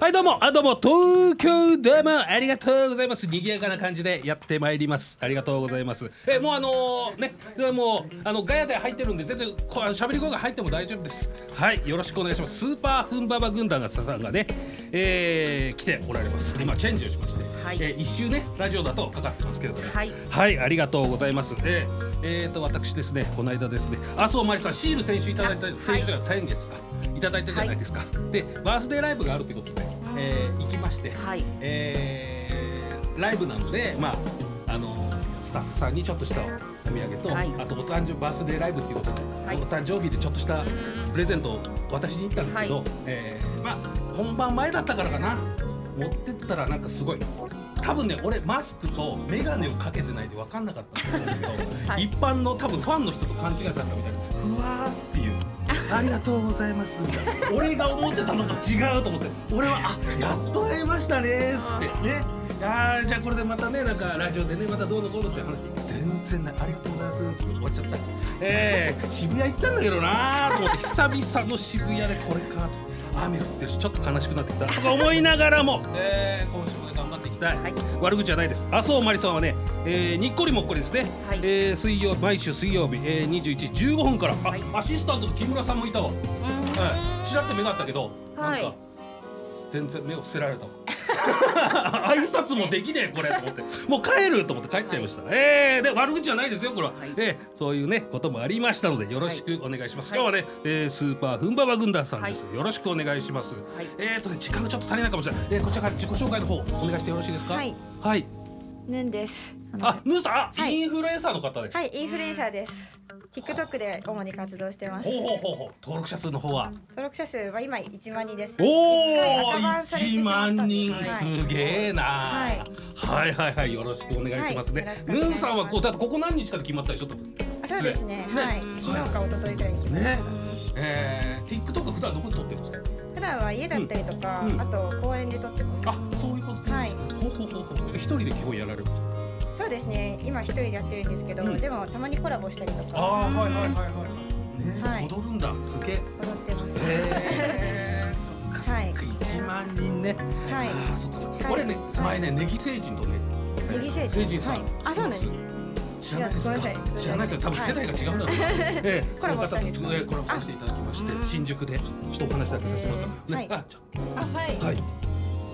はいどうもあどうも東京どうもありがとうございます賑やかな感じでやってまいりますありがとうございますえもうあのねでもうあのガヤで入ってるんで全然こうしゃべり声が入っても大丈夫ですはいよろしくお願いしますスーパーフンババ軍団がさんがね、えー、来ておられます今チェンジをしまして、はいえー一周ねラジオだとかかってますけれどもはいはい、ありがとうございます。えーえーと私ですね、この間ですね、麻生まりさんシール選手いただいた、はい先週じゃない先月かいただいたじゃないですか。で、バースデーライブがあるということで、えー行きまして、はいえーライブなので、まああのスタッフさんにちょっとしたお土産と、はいあとお誕生日バースデーライブということで、はいお誕生日でちょっとしたプレゼントを渡しに行ったんですけど、はいえーまあ本番前だったからかな、持ってったらなんかすごい。多分ね俺マスクと眼鏡をかけてないで分かんなかったんだ けど、はい一般の多分ファンの人と勘違いされたみたいなふわーっていう ありがとうございますみたいな 俺が思ってたのと違うと思って俺はあやっと会えましたねーっつってねあーじゃあこれでまたねなんかラジオでねまたどうのこうのって話全然ないありがとうございますっつって終わっちゃったえー、渋谷行ったんだけどなーと思って久々の渋谷でこれかと。雨降ってるしちょっと悲しくなってきたとか思いながら も、えー、今週もね頑張っていきたい、はい悪口じゃないです麻生まりさんはね、えー、にっこりもっこりですね、はいえー水曜毎週水曜日、えー、21時15分からあ、はいアシスタントの木村さんもいたわ、はい、ちらって目があったけど、はいなんか全然目を伏せられたわ 挨拶もできねえこれと思ってもう帰ると思って帰っちゃいました、えーで悪口じゃないですよこれは、はいえーそういうねこともありましたのでよろしくお願いします、はい今日はね、えースーパーふんばば軍団さんです、よろしくお願いします、いえーとね時間がちょっと足りないかもしれない、えーこちらから自己紹介の方お願いしてよろしいですかはい、はいヌンです。あ、ヌーさん、あ、はいインフルエンサーの方で。はい、インフルエンサーです。TikTok で主に活動してますほ。うほうほうほう、登録者数の方は。登録者数は今1万人です。おお、一回赤番されてし1まったんで万人、はいすげえな、はいい。はいはいよろしくお願いしますねはいよろし。くおヌ願ーいしますさんはこう、だってここ何日かで決まったでしょ。多分あそうですね。ねはい。昨日か一昨日くらいに来ましね、えー、TikTok 普段どこで撮ってるんですか。た。普段は家だったりとか、うんうんあと公園で撮ってまあ、そういうことですね。はいほうほうほうほう、一人で基本やられる。す。そうですね。今一人でやってるんですけど、うんでもたまにコラボしたりとあかあー、はいはいはいはい。ね、はい踊るんだ、すげえ。踊ってます。えー、そっかはいそっか1万人 ね。はい。ああ、そっかそっか。はい俺ね、前ね、ネギ星人とね。ネギ星人星人さん。はいあそうなんです知らないですかいやごめんなさ。い知らないですよ。多分世代が違うんだろうな。ええ、 コラボしたんですそのか方とええコラボさせていただきまして、新宿でちょっとお話だけさせてもらった。ねは、いあ、ちょあはい、はい。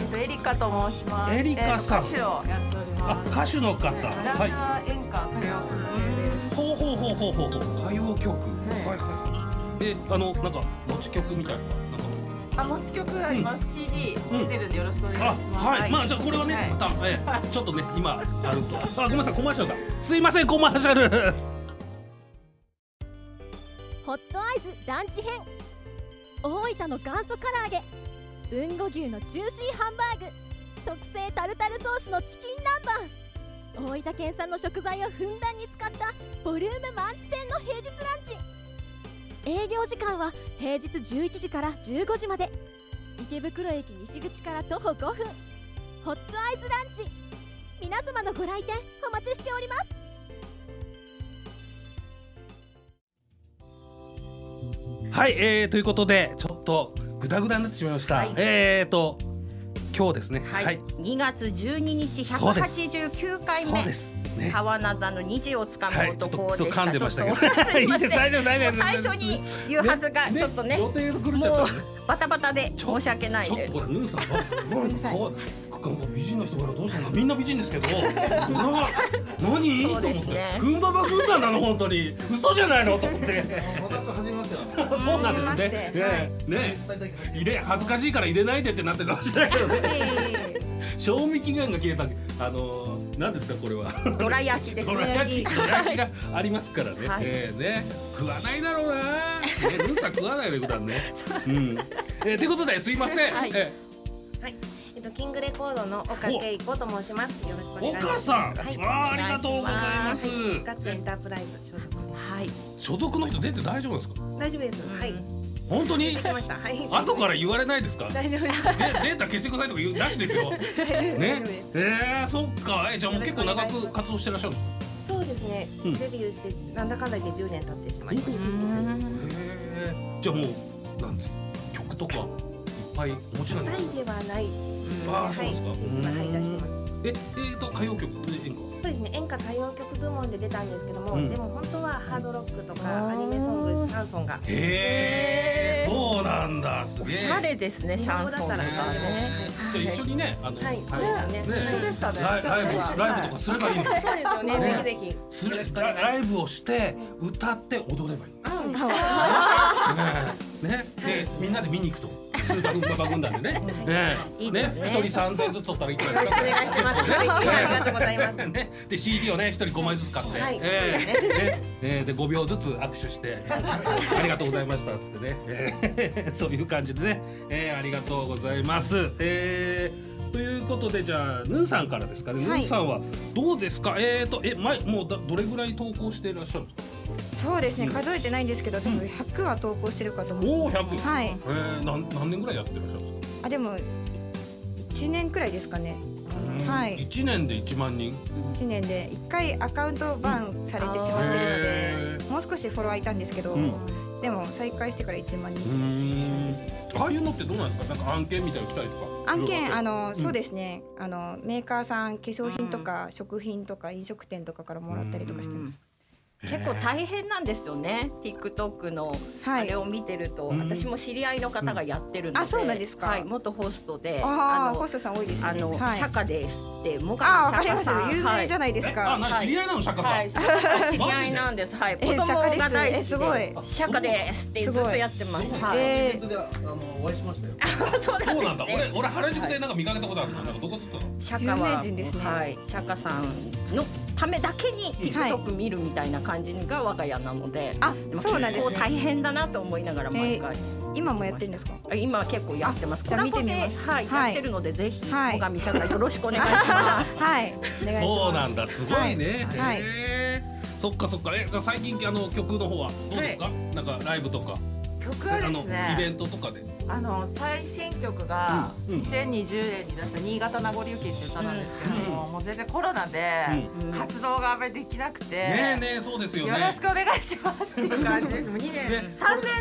えっとエリカと申します。エリカさんえっと歌手をやっておりあま、す。歌手の方。ジャはンい。ナ演歌歌謡曲です。ほうほうほうほうほうほう。歌謡曲。はいはい。で、あのなんか持ち曲みたいな。なんかあ持ち曲あります。CD 持ってるんでよろしくお願いしあます。、はい、まあ、じゃ、あこれはね、いまた、ええ、ちょっとね、今、あると。あ、ごめんなさい、コマーシャルだ。すいません、コマーシャル。ホットアイズランチ編大分の元祖唐揚げ豊後牛のジューシーハンバーグ特製タルタルソースのチキン南蛮大分県産の食材をふんだんに使ったボリューム満点の平日ランチ営業時間は平日11時から15時まで池袋駅西口から徒歩5分ホットアイズランチ皆様のご来店お待ちしておりますはい、えー、ということでちょっとグダグダになってしまいました、はいえーと今日ですねは、はいい、2月12日そうです189回そうで目すね川灘の虹をつかはむいちょっとちょ男っとでした、噛んでましたけどす いいいまでせすん大丈夫大丈夫もう最初に言うはずがちょっとね予定が狂っちゃったもようねバタバタで申し訳ないちょっでとすほらヌーさんはこうこう美人の人からどうしたんだみんな美人ですけ どな何、そうとで思っすてね群馬馬軍団なの本当に嘘じゃないのと思って 私と始めましたよ。そうなんですね初めましてね,、ね入れ恥ずかしいから入れないでってなってるかもしれないけどね賞味期限が切れたあのー何ですかこれはどら焼きですどらね焼き、どら焼きがありますからね。はいええね、食わないだろうな。ね、ルーさん食わないで普段ね。うん。えー、ということで、すいません。はいえはい、えっとキングレコードの岡恵子と申します。よろしくお願ー、いしま岡す。さん、はいわあ、ありがとうございます。ガッツエンタープライズ所属です。はい所属の人出て大丈夫なんですか。大丈夫です。はい、本当に で。きました。はい。後から言われないですか。で大丈夫です。データ消してくださいとか言うなしですよ。ね大丈夫です、えー、そっか、えじゃあもう結構長よろしくお願いしくます活動してらっしゃる。そうですねうん。デビューしてなんだかんだ言って10年経ってしまいましうーんえー、じゃあもう、なんていうの曲とかいっぱいお持ちなんでタすイではない。ああそうですかはい、いっぱい出してます。ええーと歌謡曲で演歌そうですね演歌歌謡曲部門で出たんですけども、うんでも本当はハードロックとかうんアニメソングシャンソンがへえそうなんだすげおえしゃれですね、シャンソンとかね。ねじゃあ一緒にねあのはいはいそうですねね一緒でしたねライライブライブとかすればいいのそうですよねねぜひぜひすれラライブをして歌って踊ればいい。ねえねでみんなで見に行くと。スーパーグンババ軍団でね。ねいいですねね一人三千ずつ取ったらいくらよろしお願いしますはいありがとうございます。ねで CD をね一人五枚ずつ買って。はいええねねで五秒ずつ握 手してありがとうございましたっつってね。え えそういう感じでね、ええありがとうございます。ええということでじゃあヌーさんからですかね、はいヌーさんはどうですかえっ、とえ前もうだどれぐらい投稿していらっしゃるんですかそうですね数えてないんですけど多分100は投稿してるかと思うおお100、はいえー、なん何年ぐらいやってらっしゃるんですあでも1年くらいですかねか、はい1年で1万人1年で1回アカウントバンされてしまってるので、もう少しフォロワーいたんですけど、うんでも再開してから1万人、うんああいうのってどうなんですかなんか案件みたいなの来たりとか案件あのの、んそうですねあのメーカーさん化粧品とか、食品とか飲食店とかからもらったりとかしてます、結構大変なんですよね、TikTok のはあいれを見てると、うん私も知り合いの方がやってるので、うんあそうなんですかはい、元ホストで、ああのホストさん多いですねあの、はい、シあャカですって、もあがわかりますよ有名じゃなないですあか、何知り合いなの釈迦さん、はい、はい、シャカが知り合いなんです、はい、え子供シャカですが大好きでえすごいシャカですってずっとやってます。はい、えであのお会いしましたよ。そうなんだ俺俺原宿でなんか見かけたことあるの、なんかどこだったのシャカは有名人ですねはい、シャカさんのためだけにはい TikTok 見るみたいな感じが我が家なので、あでもそうなんです結ね構大変だなと思いながら毎回。今もやってるんですか今は結構やってます。あじゃあ見てみますコラボではい、はいやってるので、ぜひ、はい最上社会よろしくお願い します。はいお願いしますそうなんだすごいね、はいへえそっかそっかえじゃあ最近あの曲の方はどうですか、なんかライブとか、曲はあでのすイベねントとかであの最新曲がうんうん2020年に出した「新潟名残雪」っていう歌なんですけども、もう全然コロナでうん活動があんまりできなくて、ねえねえそうですよねよろしくお願いしますっていう感じです。もう2ね年、3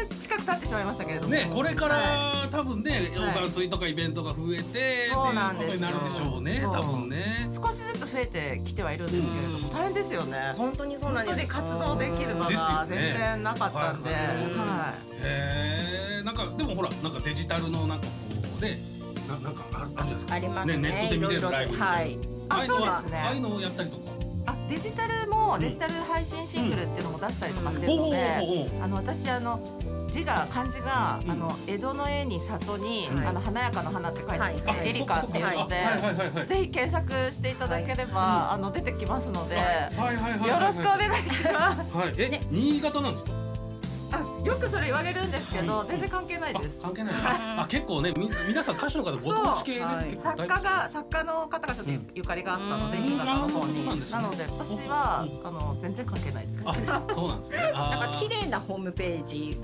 年近く経ってしまいましたけれども。ね、これから、は多分ね、おはい祭りとかイベントが増えて、っていうそうなんこでとすよになるでしょうね、そう多分ねい。少しずつ増えてきてはいるんですけれども、大変ですよね。本当にそうな本ん当でにす。活動できる場がですよね全然なかったんで、はいはへえ、なんかでもほら、なんかデジタルのなんかこうで、ななんかあるあるじゃないですか。ありますね。ねネットで見れるいろいろライブみたはいい。あああいうのはそうですねああいうのをやったりとか。い。あ、デジタルもデジタル配信シングルっていうのも出したりとかしてるほうのほうで、ほうほあの私あの字が漢字が、うんあの江戸の絵に里に、はいあの華やかな花って書いてあって、う。あ、エリカっていうそのっで、かそっかはいはいはいはい。ぜひ検索していただければ、あの出てきますので、はいはいはいはい。よろしくお願いします。はい、え、新潟なんですか。あ、よくそれ言われるんですけど、全然関係ないあです。、関係ない。あ、結構ね、み、皆さん歌手の方、ご当地系で、はい結構作だ家いぶが作家の方がちょっとうんゆかりがあったので、うん新潟の方にあーそうなんですねなので私はあの全然関係ないです。あ、そうなんですね。あなんかー綺麗なホームページ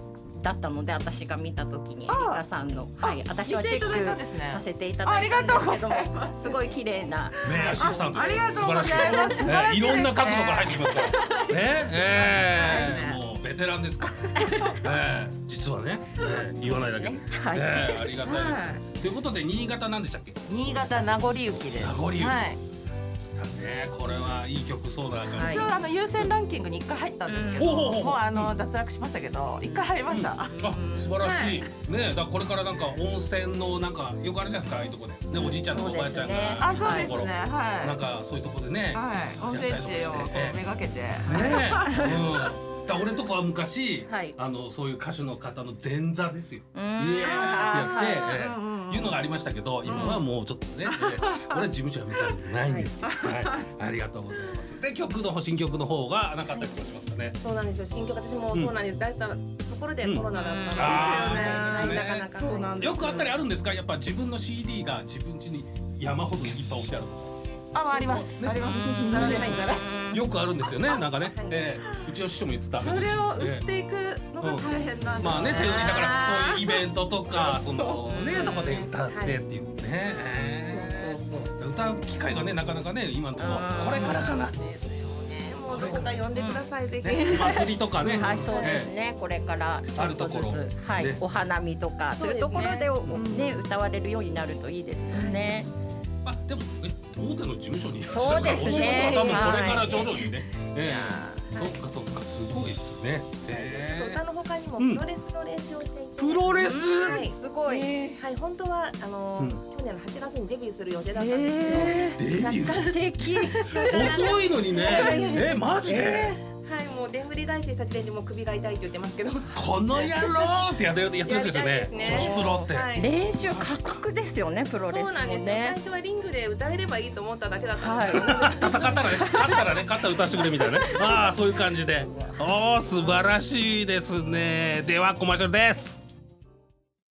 だったので、私が見たときに、エリあカさんの、はい、私はチェ見ていただいたッんクですさね。せていたあだりいたがんとうでごすけどざいも、ます。すごい綺麗な。ね、アシスタントでありがとうございま素晴らしすい素晴らしいですねねいろんな角度から入ってきますから。ね、ええもうベテランですから。ええ実はね、ええ言わないだけで。はい。ええありがたいです。ということで新潟なんでしたっけ？新潟名残雪です。名残雪はい。ね、これはいい曲そうだから。はい一応あの優先ランキングに一回入ったんですけうど、んほうほうほうもうあの脱落しましたけど、一回入りました。あ素晴らしい、ねだからこれからなんか温泉のなんかよくあるじゃないですかああいうとこでねおじいちゃんとおばあちゃんが、そうですねあ、そうですね。この頃はなんい。かそういうとこでね、はい。温泉地をこうめがけて。ねうん、だから俺とこは昔、はいあのそういう歌手の方の前座ですよ。うイエーーん。ってやって、えうんうんうーんいうのがありましたけど、今はもうちょっとね、えー俺は事務所辞めたんでないんですけど、はい、ありがとうございます。で曲の方新曲の方がなかったりとかしますかね。そうなんですよ。新曲私もそうなんです。出したところでコロナだったので、あーなかなかそうなんよくあったりあるんですか、やっぱ自分の CD が自分家に山ほどいっぱい置いてある。あ、あります。あります。並んでないんだね。よくあるんですよね、なんかね、えーうちの師匠も言ってた。それを売っていくのが大変なんですね。まあね手売りだからそういうイベントとかそのねとこで歌ってっていうね、歌う機会がねなかなかね今のところこれからかなもうどこか呼んでください、ぜひ。ね、お祭りとかね。はい、そうですね。これからちょっとずあるところつ、はいね、お花見とかそういうところでうね、歌われるようになるといいですよね。まあ、でも、え、大手の事務所にいらっしそゃるうでから、すお仕事ねは多分これから徐々にね。いえやえそっかそっか、すごいですね。ええ歌の他にもプロレスの練習をしていて、プロレスはい、すごい、はい、本当はあの、うん去年の8月にデビューする予定だったんですけど、デビュー的ー遅いの にね。え、マジで。はい、もうでんぐり返しした時点でもう首が痛いって言ってますけど、この野郎ってやってるやってるんですやよりたいね。ですね女子プロって。はい、練習過酷ですよね、プロレスそうもなんですよ、最ね。初はリングで歌えればいいと思っただけだったんですはけいど、。戦ったらね、勝ったらね、勝ったら歌わせてくれみたいなね。ああ、そういう感じで。おお、素晴らしいですね。では、コマーシャルです。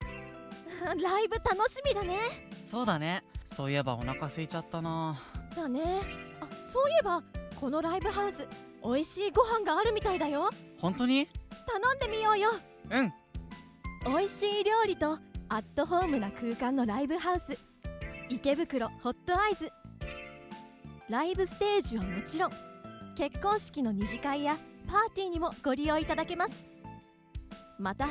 あライブ楽しみだねそうだねそういえばお腹空いちゃったなだねあそういえばこのライブハウス美味しいご飯があるみたいだよ本当に頼んでみようようん美味しい料理とアットホームな空間のライブハウス池袋ホットアイズライブステージはもちろん結婚式の二次会やパーティーにもご利用いただけますまた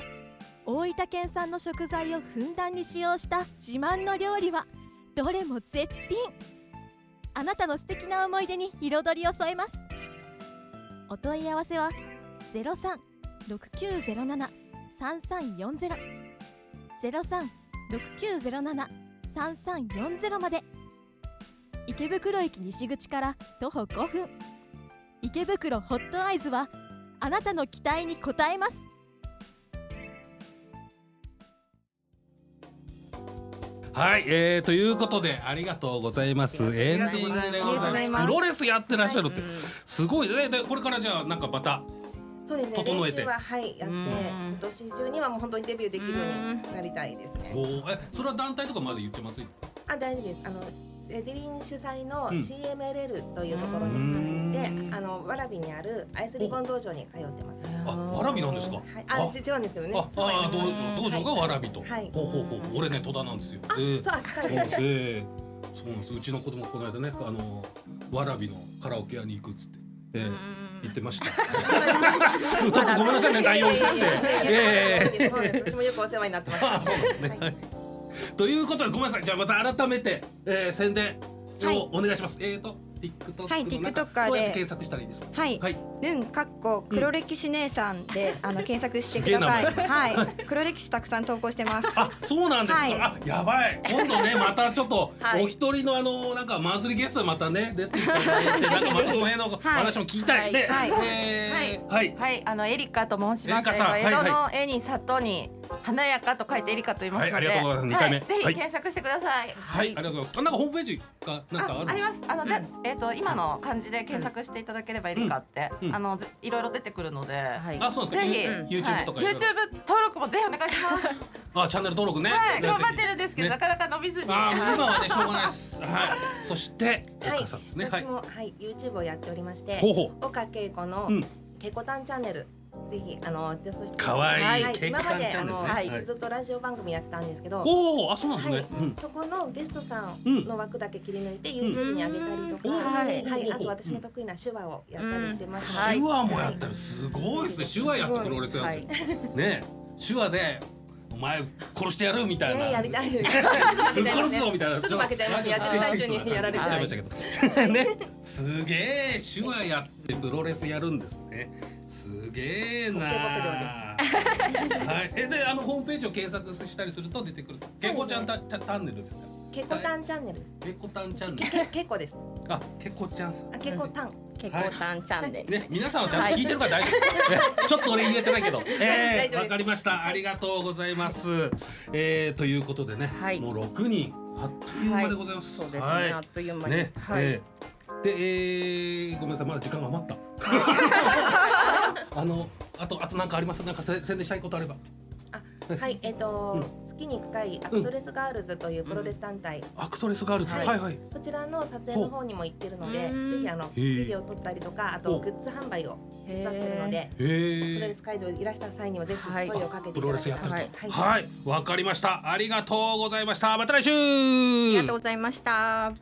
大分県産の食材をふんだんに使用した自慢の料理はどれも絶品あなたの素敵な思い出に彩りを添えますお問い合わせは036907 3340 03-6907-3340まで池袋駅西口から徒歩5分池袋ホットアイズはあなたの期待に応えますはい、えー、ということでありがとうございます。エンディングでごありがとうござざいいま。ますすプロレスやってらっしゃるっうてんすごいね。でこれからじゃあなんかまたそうですね、整え練て習ははいやって、うん今年中にはもう本当にデビューできるようになりたいですね。こうえそれは団体とかまで言ってます。あ、大丈夫です。あのレデリン主催のうん CMLL というところに入って、あのわらびにあるアイスリボン道場に通ってます。あ、わらびなんですか。はい、ああ、違うんですけどね。あ、あそうー道場道場がわらびと。はいほうほうほう。俺ね戸田なんですよ。えーそう、近いそうです。えーそうなんです。うちの子供この間ねあのわらびのカラオケ屋に行くっつって。えー言ってま した。ちょっとごめんなさいね、代用してきて。えーそうです私もよくお世話になってます。あそうですね。ははいい。ということでごめんなさい。じゃあまた改めて、えー、宣伝はいをお願いします。えーと TikTok の中はどい TikToker うやってで検索したらいいですか。はい、はい。ルンかっこ黒歴史姉さんで、あの検索してください。すげはい、黒歴史たくさん投稿してます。あ、そうなんですか。はいあ、やばい。今度ね、またちょっと、はいお一人のあの、なんかマンスリーゲストまたね、出ていただいて、なんかまたその辺の話も聞きたい。で、はいえーはい。はい、あのエリカと申しエます。リカさんえっと江はい戸はの絵に里に華やかと書いてエリカと言いますのはいありで、がとうございます二回目はいぜひはい検索してください。はい、ありがとうございます。あなんかホームページが、なんかあある。あります。あの、でえっ、と今の漢字で検索していただければエリカって、うんあのぜいろいろ出てくるので、はい。あ、そうなんぜひ、ですか。は YouTube いとか。 YouTube 登録もぜひお願いし ます。あ、チャンネル登録ね。はい、ね頑張ってるんですけど、ねなかなか伸びずに。あー、もう今はね、しょうがないです。はい。そして、おはい母さんですね。は私い。もはい、YouTube をやっておりまして、ほうほう。岡恵子のうんけこたんチャンネル。ぜひあの予想してかわいいはけこ今たまんチでャあンネルねの、はいずっとラジオ番組やってたんですけど、おお、あ、そうなんですはね。い、うん。そこのゲストさうんんの枠だけ切り抜いて YouTube に上げたりとか、うんはい、おーはいあと私の得意な手話をやったりしてます、手話もやったらすごいですね。手話やってプロレスやはるいんですよ。ねえ、手話でお前殺してやるみたいな。ねやりたいですぶっ殺すぞみたいな。すぐ負けちゃいますやってる最中にやられちゃう負けちゃいましたけど。ね、すげえ手話やってプロレスやるんですね。すげえな。はい。えであのホームページを検索したりすると出てくる。けこちゃんたたチャンネルですか。けこたんチャンネルですけこたんチャンネル。けけこですあ、けこちゃんさん。あけこたん結構たんチャンネル。ね、皆さんはちゃんと聞いてるから大丈夫。ねちょっと俺言えてないけど。え大丈夫でえすわかりました。ありがとうございます。えー、ということでね、はいもう六人あっという間でございます。そうですね。はいあっという間に。ね、はい。えーで、えー、ごめんなさい、まだ時間が余 った。あの、あと、あとなんかあります。なんかせ宣伝したいことあれば。はいえっ、と、月に1回アクトレスガールズというプロレス団体、アクトレスガールズ。はいは、いはい、はい。こちらの撮影の方にも行ってるのでほうぜひあのビデオ撮ったりとかあほとうグッズ販売をへ手伝ってるのでえプロレー。ス会場にいらした際にはぜひはい声をかけてプいたロレだスきやたっているはと。いはい、わ、かりました。ありがとうございました。また来週。ありがとうございました。